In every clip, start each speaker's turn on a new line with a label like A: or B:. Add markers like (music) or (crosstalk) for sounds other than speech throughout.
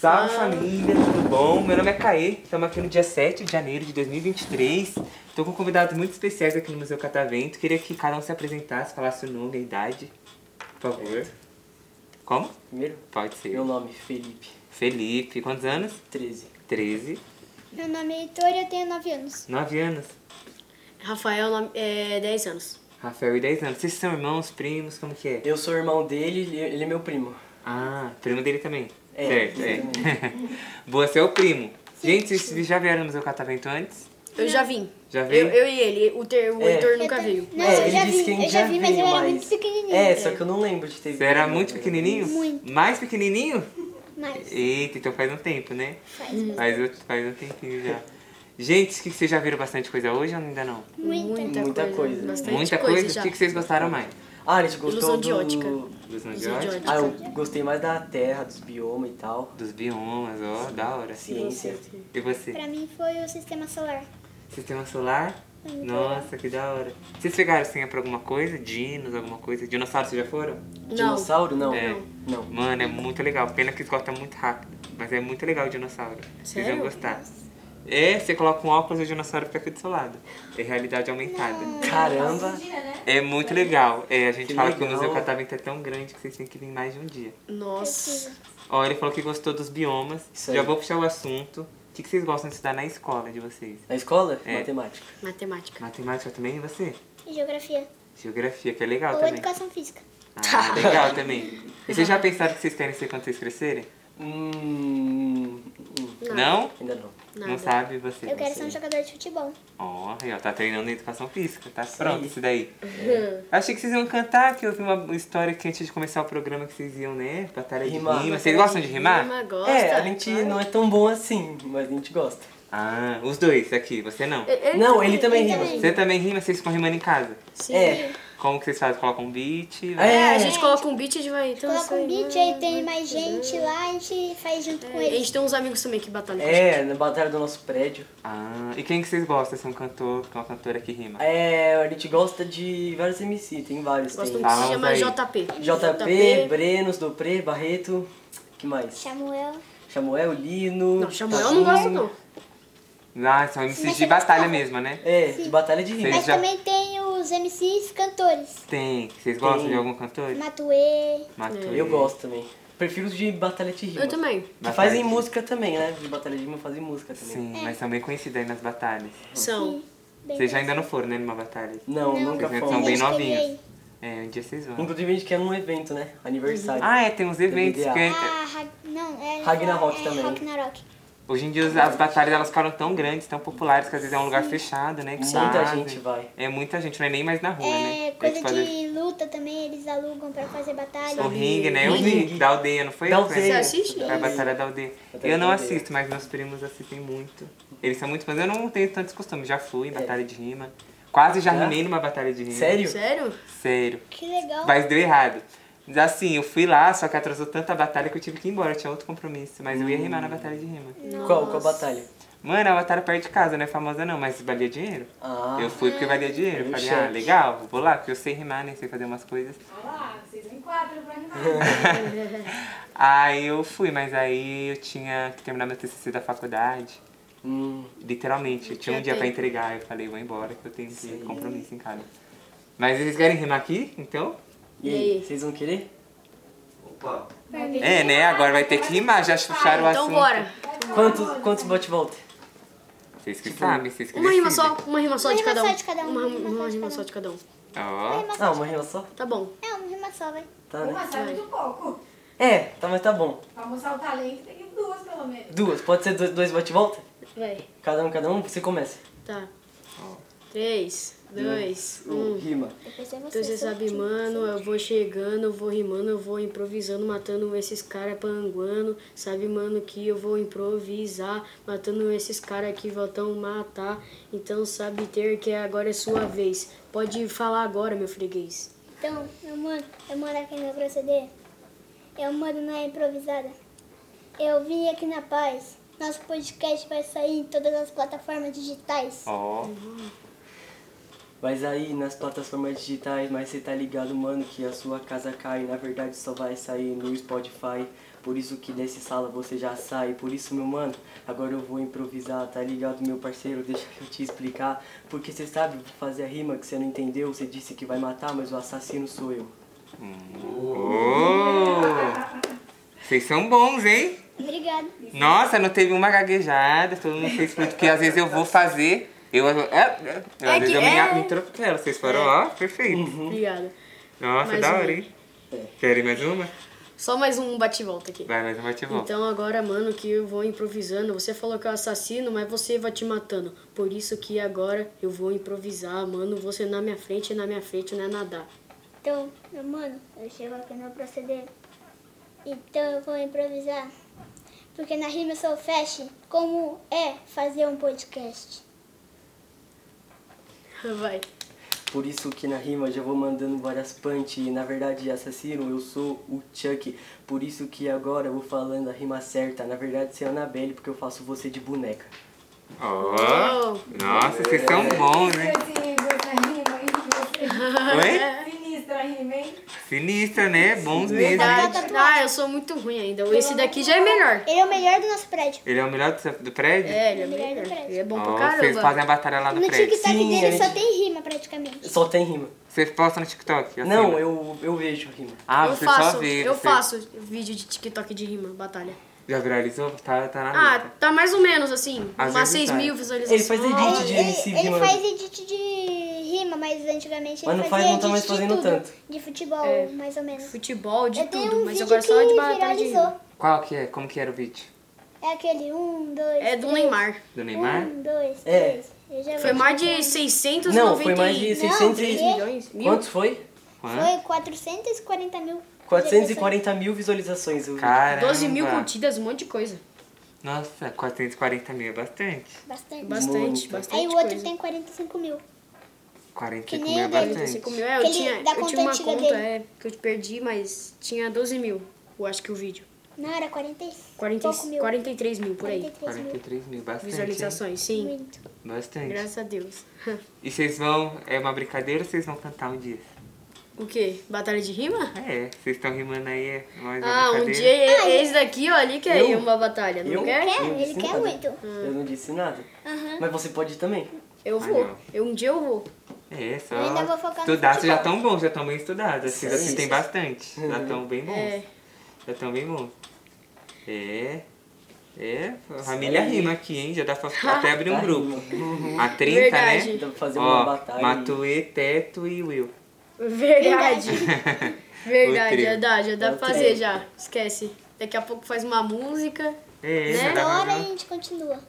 A: Salve família, tudo bom? Meu nome é Caê, estamos aqui no dia 7 de janeiro de 2023. Estou com convidados muito especiais aqui no Museu Catavento. Queria que cada um se apresentasse, falasse o nome, a idade, por favor. Como?
B: Primeiro,
A: Pode ser.
B: meu nome é Felipe,
A: Felipe, quantos anos?
B: 13.
A: 13.
C: Meu nome é Heitor e eu tenho 9 anos.
A: 9 anos.
D: Rafael, nome- é, 10 anos.
A: Rafael e 10 anos. Vocês são irmãos, primos, como que é?
B: Eu sou irmão dele, ele- ele é meu primo.
A: Ah, primo dele também.
B: É,
A: certo,
B: ele
A: é. (laughs) Você é o primo. Gente, vocês vocês já vieram no Museu Catavento antes?
D: Eu já vim.
A: Já veio?
D: Eu, eu e ele. O, ter, o
B: É.
D: Heitor
C: Eu
D: nunca
C: tenho-
D: veio.
C: Não,
B: É,
C: eu
B: ele
C: já
B: disse
C: vi,
B: que a gente
C: eu já
B: já
C: vi, mas eu
B: viu,
C: era
B: mas-
C: muito pequenininho.
B: É, só que eu não lembro de ter
A: Você era muito pequenininho?
C: Muito.
A: Mais pequenininho?
C: Mas
A: Eita, então faz um tempo, né?
C: faz
A: Faz, um- faz um tempinho já. Gente, o que que vocês já viram bastante coisa hoje ou ainda não?
C: muito.
B: Muita coisa.
D: Bastante
A: Muita
D: coisa,
A: coisa?
D: já.
A: O que que vocês gostaram mais?
B: Ah, a gente gostou
D: Ilusão de
B: do...
D: ótica.
A: Ilusão de
D: Ilusão de
A: ótica?
D: ótica.
B: Ah, eu gostei mais da terra, dos biomas e tal.
A: Dos biomas, ó, da hora.
B: Ciência.
A: E você?
C: Pra mim foi o sistema solar.
A: Sistema solar? Nossa, que da hora. Vocês pegaram senha pra alguma coisa? Dinos, alguma coisa? Dinossauros vocês já foram?
D: Não.
B: Dinossauro? Não.
A: É.
B: Não.
A: Mano, é muito legal. Pena que esgota muito rápido. Mas é muito legal o dinossauro. Vocês vão
D: Sério?
A: gostar. É, você coloca um óculos e o dinossauro fica do seu lado. É realidade aumentada.
B: Caramba.
A: É muito legal. É, a gente
B: Que
A: fala que o
B: legal.
A: Museu Catavento é tão grande que vocês têm que vir mais de um dia.
D: Nossa.
A: Ó, ele falou que gostou dos biomas.
B: Isso
A: Já
B: aí.
A: vou puxar o assunto. O que que vocês gostam de estudar na escola de vocês?
B: Na escola?
A: É.
B: Matemática.
D: Matemática.
A: Matemática também e você?
C: E geografia.
A: Geografia, que é legal
C: Ou
A: também.
C: educação física.
A: Ah, legal também. E vocês já pensaram que vocês querem ser quando vocês crescerem?
B: Hum... hum,
D: Não.
A: Não?
B: Ainda não.
D: Nada.
A: Não sabe você?
C: Eu quero ser um jogador de futebol.
A: Ó, aí, ó, tá treinando em educação física, tá pronto isso daí. Achei que vocês iam cantar, que eu vi uma história que antes de começar o programa que vocês iam, né? Batalha
B: Rimar.
A: de rima. Vocês gostam de rimar?
D: Rima, gosta.
B: É, a gente não é tão bom assim, mas a gente gosta.
A: Ah, os dois aqui, você não.
D: É.
B: Não, ele também
C: ele
B: rima.
C: também.
A: Você também rima, vocês ficam rimando em casa.
D: Sim.
B: É.
A: Como que vocês fazem? Colocam um beat?
B: É.
D: É, a gente coloca um beat e a gente vai... Então,
C: Coloca um
D: sai,
C: beat,
D: vai,
C: aí tem
D: vai,
C: mais
D: vai.
C: gente lá, a gente faz junto com
D: É, a
C: eles.
D: gente tem uns amigos também que batalham com a gente.
B: É, na batalha do nosso prédio.
A: Ah, e quem que vocês gostam? Ser um cantor, uma cantora que rima?
B: É, a gente gosta de vários MC, tem vários.
D: Gosto
B: tem
D: muito que se
A: Fala, vai.
D: chama JP.
B: JP, Brenos, Dopré, Barreto, que mais?
C: Samuel.
B: Samuel, Lino.
D: Não, Samuel não gosta
B: Tatinho.
D: não.
A: Ah, são MCs de batalha mesmo, né?
B: É, de batalha de rima.
A: Eles
C: Mas
A: já-
C: também tem os MCs cantores.
A: Tem. Vocês gostam
B: Tem.
A: de algum cantor?
C: Matuê.
A: Matuê.
B: Eu gosto também. Prefiro os de batalha de rima.
D: Eu também.
B: Que fazem música também, né? De batalha de rima fazem música também.
A: Sim, mas são bem conhecidos aí nas batalhas.
D: São.
C: Bem
A: Vocês já ainda não foram, né, numa batalha?
B: Não,
C: Não.
B: nunca
A: Vocês
B: fomos.
A: são bem
C: Eles também.
A: novinhos. É, um dia vocês vão.
B: Inclusive a gente quer num evento, né? Aniversário.
A: Ah, é, tem uns eventos que...
C: Ah, Ra- não, é.
B: Ragnarok
C: é,
B: também.
C: Ragnarok.
A: Hoje em dia as- as batalhas elas ficaram tão grandes, tão populares, que às vezes é um lugar fechado, né? que
B: Muita
A: fazem.
B: gente vai.
A: É muita gente, não é nem mais na rua, né?
C: É,
A: Eles
C: coisa
A: fazem
C: de luta também, eles alugam pra fazer batalha.
A: Um ringue, né? Eu vi,
B: Ringue.
A: da aldeia, não Ah, foi? um
B: Da
A: Foi?
B: aldeia.
D: assiste?
A: Foi a batalha da aldeia.
B: Batalha
A: Eu não
B: da aldeia.
A: assisto, mas meus primos assistem muito. Eles são muito fãs. Eu não tenho tantos costumes. Já fui em batalha de rima. Quase já
B: Já?
A: rimei numa batalha de rima.
B: É. Sério?
D: Sério?
A: Sério.
C: Que legal.
A: Mas deu errado. Mas, Assim, eu fui lá, só que atrasou tanta batalha que eu tive que ir embora. Eu tinha outro compromisso. Mas eu ia rimar na batalha de rima.
B: Qual? Qual batalha?
A: Mano, a batalha perto de casa não é famosa não, mas valia dinheiro.
B: Ah,
A: Eu fui porque valia dinheiro. Eu falei,
B: Puxa.
A: ah, legal, vou lá, porque eu sei rimar, né? Sei fazer umas coisas.
E: Olá, vocês não enquadram pra nada.
A: (laughs) Aí eu fui, mas aí eu tinha que terminar meu TCC da faculdade.
B: hum,
A: Literalmente, eu tinha um
D: Já
A: dia pra
D: tem.
A: entregar. Eu falei, vou embora que eu tenho que compromisso em casa. Mas vocês querem rimar aqui, então?
B: e
D: E
B: aí,
D: aí?
B: vocês vão querer?
A: É, né? Agora vai ter que rimar, já fecharam o
D: Então
A: assunto.
D: bora.
B: Quantos, quantos bate-volta?
A: Vocês que sabem, vocês que
D: Tipo, Uma rima só,
A: decidem.
D: uma rima só de
C: rima
D: cada um.
C: só de cada um,
D: Uma, uma rima só de cada um.
A: Ó,
B: Ah, uma rima só?
D: Tá bom.
C: É uma rima só, vai.
B: Tá, né?
E: Uma sabe muito pouco.
B: É, tá, mas tá bom.
E: Pra mostrar o talento tem que duas, pelo menos.
B: Duas, pode ser dois, dois bate-volta?
D: Vai.
B: Cada um, cada um, você começa.
D: Tá. 3, 2, 1.
B: Rima.
C: Depois é você.
D: Então você
C: sou
D: sabe,
C: última.
D: mano, eu vou chegando, eu vou rimando, eu vou improvisando, matando esses caras panguando. Sabe, mano, que eu vou improvisar, matando esses caras que voltam matar. Então sabe ter que agora é sua vez. Pode falar agora, meu freguês.
C: Então, meu mano, eu moro aqui no proceder. Eu moro na improvisada. Eu vim aqui na paz. Nosso podcast vai sair em todas as plataformas digitais.
A: Ó,
B: Mas aí nas plataformas digitais, mas você tá ligado, mano, que a sua casa cai, na verdade só vai sair no Spotify. Por isso que desse sala você já sai. Por isso, meu mano, agora eu vou improvisar, tá ligado, meu parceiro? Deixa eu te explicar. Porque você sabe fazer a rima que você não entendeu, você disse que vai matar, mas o assassino sou eu.
A: Oh! vocês são bons, hein?
C: Obrigada.
A: Nossa, não teve uma gaguejada, todo mundo fez muito, porque às vezes eu vou fazer, eu, é, é, às
F: É
A: vezes
F: que
A: eu me,
D: um
F: é.
A: me atropelo, vocês foram, ó, perfeito.
D: Obrigada.
A: Nossa,
D: É. Uhum. Mais um.
A: da
D: uma.
A: hora, hein? Querem mais uma?
F: Só mais um bate-volta aqui.
A: Vai, mais uma te volta.
D: Então agora, mano, que eu vou improvisando. Você falou que eu assassino, mas você vai te matando. Por isso que agora eu vou improvisar, mano. Você na minha frente, na minha frente, não é nadar. (laughs)
C: Então, meu mano, eu chego aqui no proceder. Então eu vou improvisar. Porque na rima eu sou fashion. Como é fazer um podcast?
D: Vai.
B: Por isso que na rima já vou mandando várias punch. E, Na verdade, assassino, eu sou o Chuck. Por isso que agora eu vou falando a rima certa. Na verdade, você é a Annabelle, porque eu faço você de boneca.
D: Então.
A: Ó, nossa, vocês são bons,
D: (laughs)
A: hein?
E: Sinistra essa rima, hein?
A: Oi?
E: Sinistra a rima, hein?
A: Sinistra, né? Bons mesmo. hein?
D: Verdade. Ah, eu sou muito ruim ainda. Esse daqui já é melhor.
C: Ele é o melhor do nosso prédio.
A: Ele é o melhor do, seu- do prédio?
D: É, ele é melhor. Ele é bom pra
A: Ó, vocês fazem
D: caramba.
A: a batalha lá no,
C: No
A: prédio.
C: TikTok
B: Sim,
C: dele só
B: gente.
C: tem rima praticamente.
B: Só tem rima.
A: Vocês postam no TikTok? assim,
B: Não,
A: né?
B: eu, eu vejo rima.
A: Ah,
D: Eu
A: você só
D: faço,
A: vê.
D: eu
A: você-
D: faço vídeo de TikTok de rima, batalha.
A: Já viralizou? Tá, tá na
D: Ah,
A: luta.
D: tá mais ou menos assim.
A: Às
D: umas
A: vezes tá.
D: 6
A: vai.
D: mil visualizações.
B: Ele faz edit.
C: Ele,
B: de MC
C: ele- ele
B: rima.
C: faz edit de rima, mas antigamente
B: Mas
C: ele
B: não
C: fazia
B: faz- não tá
C: edit
B: mais
C: de
B: fazendo
C: tudo.
B: tanto.
C: De futebol, mais ou menos.
D: Futebol, É. de
C: eu tenho
D: tudo.
C: um
D: mas
C: vídeo
D: eu gosto
C: que
D: só de tá batalha de
C: viralizou.
D: rima.
A: Qual que é? Como que era o vídeo?
C: É aquele um, dois,
D: É do
C: três.
D: Neymar.
A: Do Neymar?
C: Um, dois,
B: É.
C: três. Eu já
D: Foi
C: vou
D: mais
C: te
D: de
C: contar.
D: 690
B: Não, foi mais de
D: e-
B: 600
D: 3
C: Não,
D: milhões? Mil?
B: Quantos foi?
A: Hã?
C: Foi 440 mil.
B: 440 mil visualizações. Eu vi.
A: Caramba.
D: 12 mil curtidas, um monte de coisa.
A: Nossa, 440 mil é bastante.
C: Bastante.
D: Bastante,
B: Muito.
D: bastante
C: Aí o outro
D: coisa.
C: tem 45 mil. Que
A: 45
C: nem
A: mil é
C: o dele,
A: bastante.
D: 45 mil. É, eu
C: Aquele
D: tinha,
C: da
D: eu
C: conta
D: tinha uma
C: antiga
D: conta
C: dele.
D: é, que eu te perdi, mas tinha 12 mil, eu acho que o vídeo.
C: Não, era 40 e
D: 40,
C: pouco mil.
D: 43 mil por aí.
C: 43 mil.
A: 43 mil, bastante. hein?
D: Visualizações, sim.
C: Muito.
A: Bastante.
D: Graças a Deus. (laughs)
A: E vocês vão. É uma brincadeira ou vocês vão cantar um dia?
D: O quê? Batalha de rima?
A: É, vocês estão rimando aí, é mais uma
D: Ah, um
A: brincadeira.
D: dia é- esse daqui, ó, ali que é
B: Eu?
D: uma batalha, não
B: Eu?
D: quer?
C: Quer?
B: Não
C: Ele
B: disse
C: quer
B: nada.
C: muito.
B: Eu não disse nada.
C: Aham.
B: Mas você pode também.
D: Eu vou.
A: não.
D: eu, um dia eu vou. (laughs)
A: É, só.
C: Eu ainda vou focar no
A: estudar, vocês já
C: futebol.
A: estão bons, já estão bem estudados. Vocês
B: Isso.
A: assistem bastante. Já
B: Uhum.
A: estão bem bons.
D: É.
A: Já estão bem bons. É. É, a família rima aqui, hein? Já dá pra até abrir um
B: (laughs) Tá
A: grupo.
B: rindo.
A: A 30,
D: Verdade.
A: né?
B: Dá pra fazer
A: Ó,
B: uma batalha.
A: Matuê, Teto e Will. (laughs) É,
D: Verdade.
A: O
D: Verdade,
A: trio.
D: já dá, já dá
B: É o
D: pra
B: trio.
D: fazer já. Esquece. Daqui a pouco faz uma música,
A: É,
D: Né?
A: já dá
C: Agora
A: pra
C: a
A: ver.
C: gente continua.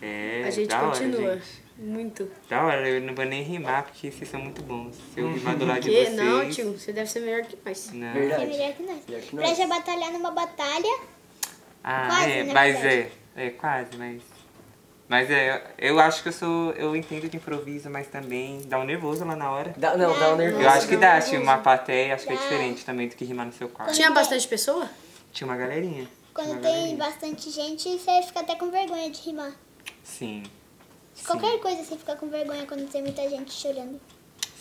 A: É,
D: a gente
A: da
D: continua.
A: Hora, gente.
D: Muito.
A: Da hora, eu não vou nem rimar porque vocês são muito bons. Se eu rimar do lado de
D: Que?
A: vocês.
D: Não, tio, você deve ser melhor que nós.
A: não.
C: É
B: Uhum. Verdade.
C: melhor que nós.
B: Melhor que
C: Pra
B: nós.
C: já batalhar numa batalha,
A: Ah,
C: Quase,
A: é,
C: na
A: mas
C: verdade.
A: é. É, quase, mas. Mas é, eu acho que eu sou. Eu entendo de improviso, mas também dá um nervoso lá na hora.
B: Dá- não, dá um
A: Eu
B: nervoso.
A: acho que dá, tinha uma plateia, acho que é
C: Dá.
A: diferente também do que rimar no seu quarto.
D: Tinha bastante pessoa?
A: Tinha uma galerinha.
C: quando
A: uma
C: tem
A: galerinha.
C: bastante gente, você fica até com vergonha de rimar.
A: Sim. Sim.
C: Qualquer coisa você fica com vergonha quando tem muita gente chorando.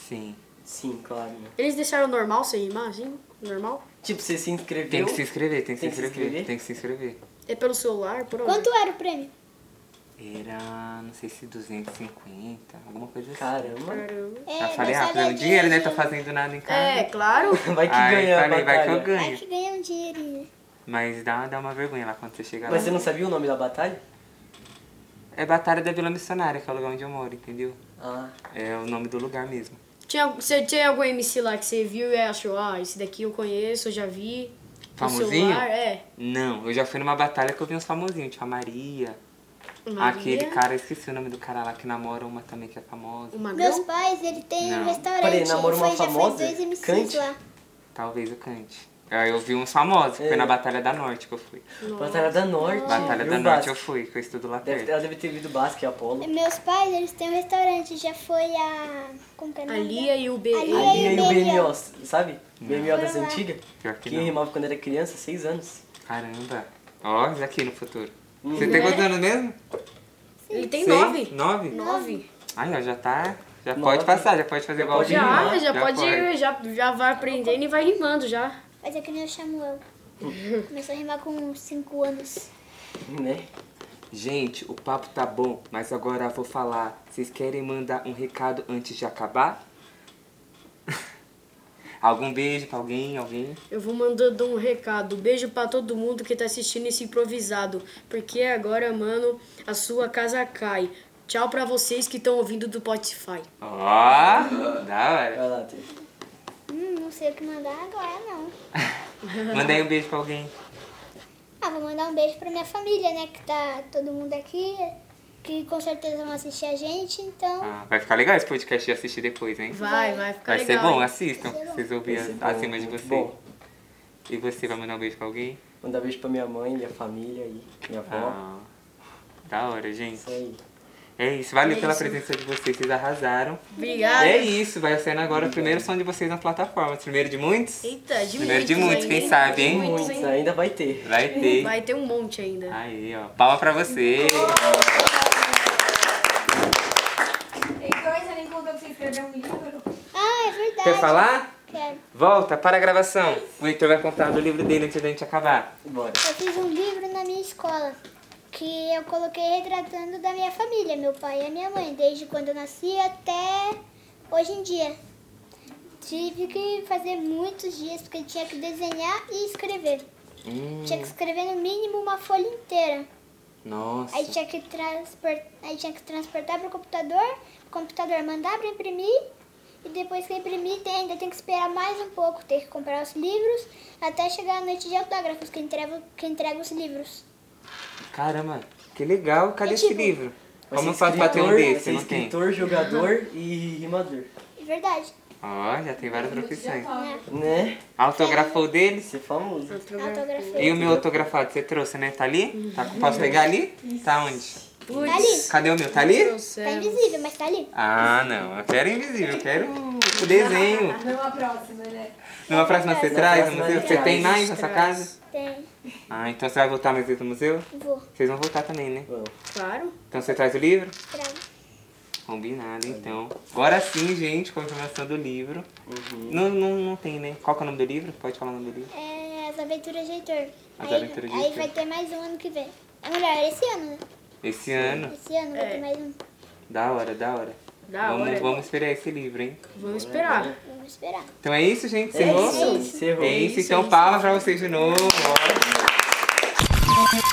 A: Sim.
B: Sim, claro. né?
D: Eles deixaram normal sem rimar, assim? Normal?
B: Tipo, você se inscreveu.
A: Tem que se inscrever, tem que
B: Tem que
A: se
B: se
A: inscrever.
B: inscrever?
A: Tem que se inscrever.
D: É pelo celular, por onde?
C: Quanto era o prêmio?
A: Era, não sei se 250, alguma coisa assim.
B: Caramba.
D: Caramba.
A: Eu
C: É,
A: falei, ah,
C: batalha
A: fazendo
C: de-
A: dinheiro, né? Tô fazendo nada em casa.
D: É, claro. (laughs)
B: Vai que
A: Aí
B: ganha a
A: falei, vai que eu
B: batalha.
C: Ai,
A: ganho.
C: que ganha um dinheirinho.
A: Ah, Mas dá, dá uma vergonha lá quando você chegar lá.
B: Mas você não sabia o nome da batalha?
A: É Batalha da Vila Missionária, que é o lugar onde eu moro, entendeu?
B: Ah,
A: É o nome do lugar mesmo.
D: Tinha, você tinha algum MC lá que você viu e achou, ah, esse daqui eu conheço, eu já vi. No
A: Famosinho?
D: celular, é.
A: Não, eu já fui numa batalha que eu vi uns famosinhos, tipo a Maria,
D: Maria,
A: Aquele cara, eu esqueci o nome do cara lá que namora uma também que é famosa.
D: O Magrão?
C: Meus pais, ele tem
A: Não.
C: um restaurante.
B: Peraí, namora
C: e
B: uma
C: foi, já
B: famosa?
C: foi dois MCs
B: Cante?
C: lá.
A: Talvez eu cante. Aí eu vi uns famosos, que foi
B: É.
A: na Batalha da Norte que eu fui.
B: Batalha da Norte.
A: Batalha
B: viu,
A: da Norte
B: Basque?
A: eu fui, que eu estudo lá
B: Deve,
A: perto.
B: ela deve ter vindo Basque e Apolo.
C: Meus pais, eles têm um restaurante. Já foi a... Como que é o
D: A
C: nome?
D: Lia e o B.
C: A Lia- é
B: Ali
C: e
B: aí
C: o
B: o
C: BMO.
B: BMO, sabe? BMO das
C: Olá.
B: antigas.
A: Pior que
B: Que
A: não.
B: rimava quando era criança, seis anos. (laughs)
A: Caramba. Ó, isso aqui no futuro.
B: Uhum.
A: Você tem quantos anos mesmo?
F: Ele tem
A: Seis?
F: nove.
A: Nove?
F: Nove.
A: Aí, ó, já tá. Já
B: Nove.
A: pode passar, já pode fazer
B: Já
A: igual o
B: pode
A: Vini,
B: rimar.
A: ó.
D: Já, já pode, Já, já vai aprendendo e vai rimando já.
C: Mas é que nem o
A: (laughs)
C: Samuel. Começou a rimar com 5 anos.
B: Né?
A: Gente, o papo tá bom, mas agora eu vou falar. Vocês querem mandar um recado antes de acabar? (laughs) Algum beijo pra alguém, alguém?
D: Eu vou mandando um recado. Beijo pra todo mundo que tá assistindo esse improvisado. Porque agora, mano, a sua casa cai. Tchau pra vocês que estão ouvindo do Spotify.
A: Ó,
B: (laughs)
A: da hora.
B: Vai lá, Tê.
C: Hum, não sei o que mandar agora, não.
A: Manda aí um beijo pra alguém.
C: Ah, vou mandar um beijo pra minha família, né? Que tá todo mundo aqui. Que com certeza vão assistir a gente, então.
A: Ah, vai ficar legal esse podcast de assistir depois, hein?
F: Vai, vai ficar
A: Vai
F: legal.
A: ser bom,
F: hein?
A: assistam.
C: Vai ser bom.
A: Vocês ouvirem
B: Vai ser
A: acima
B: bom,
A: de vocês.
B: muito bom.
A: E você vai mandar um beijo pra alguém?
B: Mandar beijo pra minha mãe, minha família e minha avó.
A: Ah, da hora, gente.
B: Isso aí.
A: É isso, valeu
F: É
A: pela
F: isso.
A: presença de vocês, vocês arrasaram.
F: Obrigado.
A: É isso, vai saindo agora o primeiro som de vocês na plataforma. Primeiro de muitos?
F: Eita, de
A: Primeiro
F: muitos
A: de muitos,
F: ainda,
A: quem
F: hein?
A: sabe,
F: De
A: hein?
F: muitos,
B: Muitos
F: hein?
B: ainda vai ter.
A: Vai ter.
F: Vai ter um monte ainda.
A: Aí, ó. Palma pra você.
E: Tem dois ali que você escreveu um livro.
C: Ah, é verdade. É,
A: Quer falar?
C: Quero.
A: Volta para a gravação. O Heitor vai contar do livro dele antes da gente acabar.
B: Bora.
C: Eu fiz um livro na minha escola que eu coloquei retratando da minha família, meu pai e a minha mãe, desde quando eu nasci até hoje em dia. Tive que fazer muitos dias porque eu tinha que desenhar e escrever.
A: Hum,
C: Tinha que escrever no mínimo uma folha inteira.
A: nossa.
C: Aí tinha que transportar, aí tinha que transportar para o computador, computador mandar para imprimir e depois que imprimir tem, ainda tem que esperar mais um pouco, tem que comprar os livros até chegar a noite de autógrafos que entrega, que entrega os livros.
A: Caramba, que legal. Cadê
C: É
A: esse
C: tipo-
A: livro?
B: Vai
A: Como eu
B: ser
A: faço pra ter um
B: é escritor, vai
A: desse?
B: ser
A: Não tem.
B: escritor, jogador e rimador.
C: É verdade.
A: Ó, já tem várias profissões.
E: tá.
B: Né?
A: Autografou deles?
B: Ser famoso.
C: Autografei.
A: E o meu autografado você trouxe, né? Tá ali? Tá, posso pegar ali? Tá onde?
C: Tá ali.
A: Cadê o meu? Tá ali?
C: Tá invisível, mas tá ali.
A: Ah, não. Eu quero invisível. Eu quero o desenho.
E: Não a próxima, né?
A: Numa próxima você
C: Na
A: traz no
B: próxima
A: museu?
B: eu
A: Você tem
B: trago.
A: mais na sua casa?
C: Tem.
A: Ah, então você vai voltar mais vezes no museu?
C: Vou.
A: Vocês vão voltar também, né?
B: Vamos.
D: Claro.
A: Então você traz o livro?
C: Trago.
A: Combinado, então. Agora sim, gente, confirmação do livro.
B: Uhum.
A: Não, não, não tem, né? Qual que é o nome do livro? Pode falar o nome do livro?
C: É as aventuras de Heitor.
A: As
C: aí,
A: Aventuras de
C: aí
A: Heitor.
C: vai ter mais um ano que vem. É melhor, esse ano, né?
A: Esse ano.
C: Esse ano vai ter mais um.
A: Da hora, da hora.
D: Da
A: vamos,
D: hora.
A: vamos esperar esse livro, hein?
D: Vamos esperar.
C: Vamos esperar.
A: Então é isso, gente.
B: É
A: Encerrou?
B: isso. Encerrou.
A: É isso, então palmas pra vocês de novo. ó.